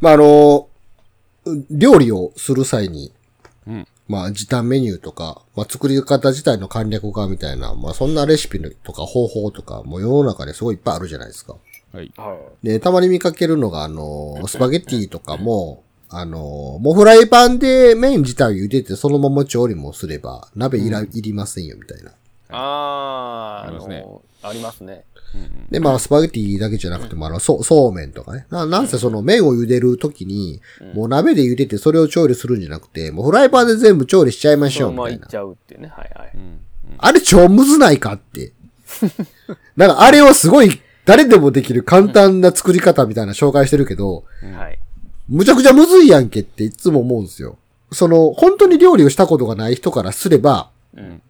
まあ、あの、料理をする際に、うんまあ、時短メニューとか、まあ、作り方自体の簡略化みたいな、まあ、そんなレシピとか方法とか、もう世の中ですごいいっぱいあるじゃないですか。はい。はい。で、たまに見かけるのが、あの、スパゲッティとかも、あの、もうフライパンで麺自体を茹でてそのまま調理もすれば、鍋いら、いりませんよ、みたいな。あー、ありますねのありますね。で、まあ、スパゲッティだけじゃなくても、あの、そう、そうめんとかね。な、なんせその麺を茹でるときに、もう鍋で茹でてそれを調理するんじゃなくて、もうフライパンで全部調理しちゃいましそょう、のみままたいいっな。ちゃうっていうね。はいはい。あれ超むずないか って。なんかあれをすごい、誰でもできる簡単な作り方みたいな紹介してるけど、はい。むちゃくちゃむずいやんけっていつも思うんですよ。その、本当に料理をしたことがない人からすれば、うん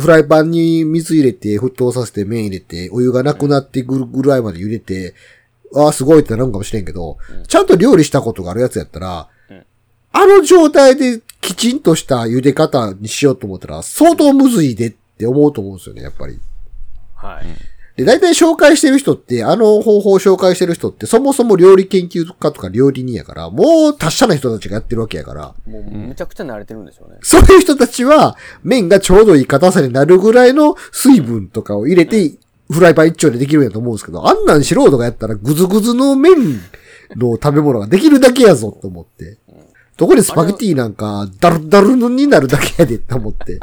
フライパンに水入れて、沸騰させて、麺入れて、お湯がなくなってぐるぐらいまで茹でて、ああ、すごいってなるかもしれんけど、ちゃんと料理したことがあるやつやったら、うんあの状態できちんとした茹で方にしようと思ったら、相当むずいでって思うと思うんですよね、やっぱり。はい。で、大体紹介してる人って、あの方法を紹介してる人って、そもそも料理研究家とか料理人やから、もう達者な人たちがやってるわけやから、もう、むちゃくちゃ慣れてるんでしょうね。そういう人たちは、麺がちょうどいい硬さになるぐらいの水分とかを入れて、フライパン一丁でできるんやと思うんですけど、あんなん素人がやったら、ぐずぐずの麺の食べ物ができるだけやぞと思って。どこでスパゲティなんか、ダルダルのになるだけやでって思って。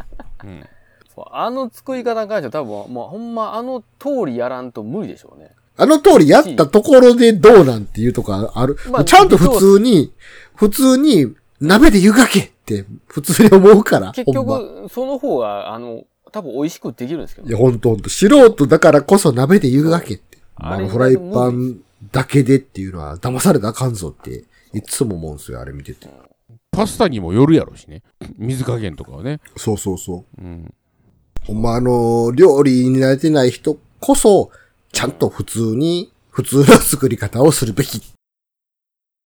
そうあの作り方に関しては多分、もうほんまあの通りやらんと無理でしょうね。あの通りやったところでどうなんていうとかある。まあちゃんと普通に、普通に鍋で湯がけって普通に思うから。結ほんま局、その方が、あの、多分美味しくできるんですけどい。や、ほんとほんと。素人だからこそ鍋で湯がけって。ああのれフライパンだけでっていうのは騙されたらあかんぞって、いつも思うんですよ、あれ見てて。パスタにもよるやろしね。 水加減とかはね。そうそうそう。うん。ほんまあの、料理に慣れてない人こそ、ちゃんと普通に、普通の作り方をするべきっ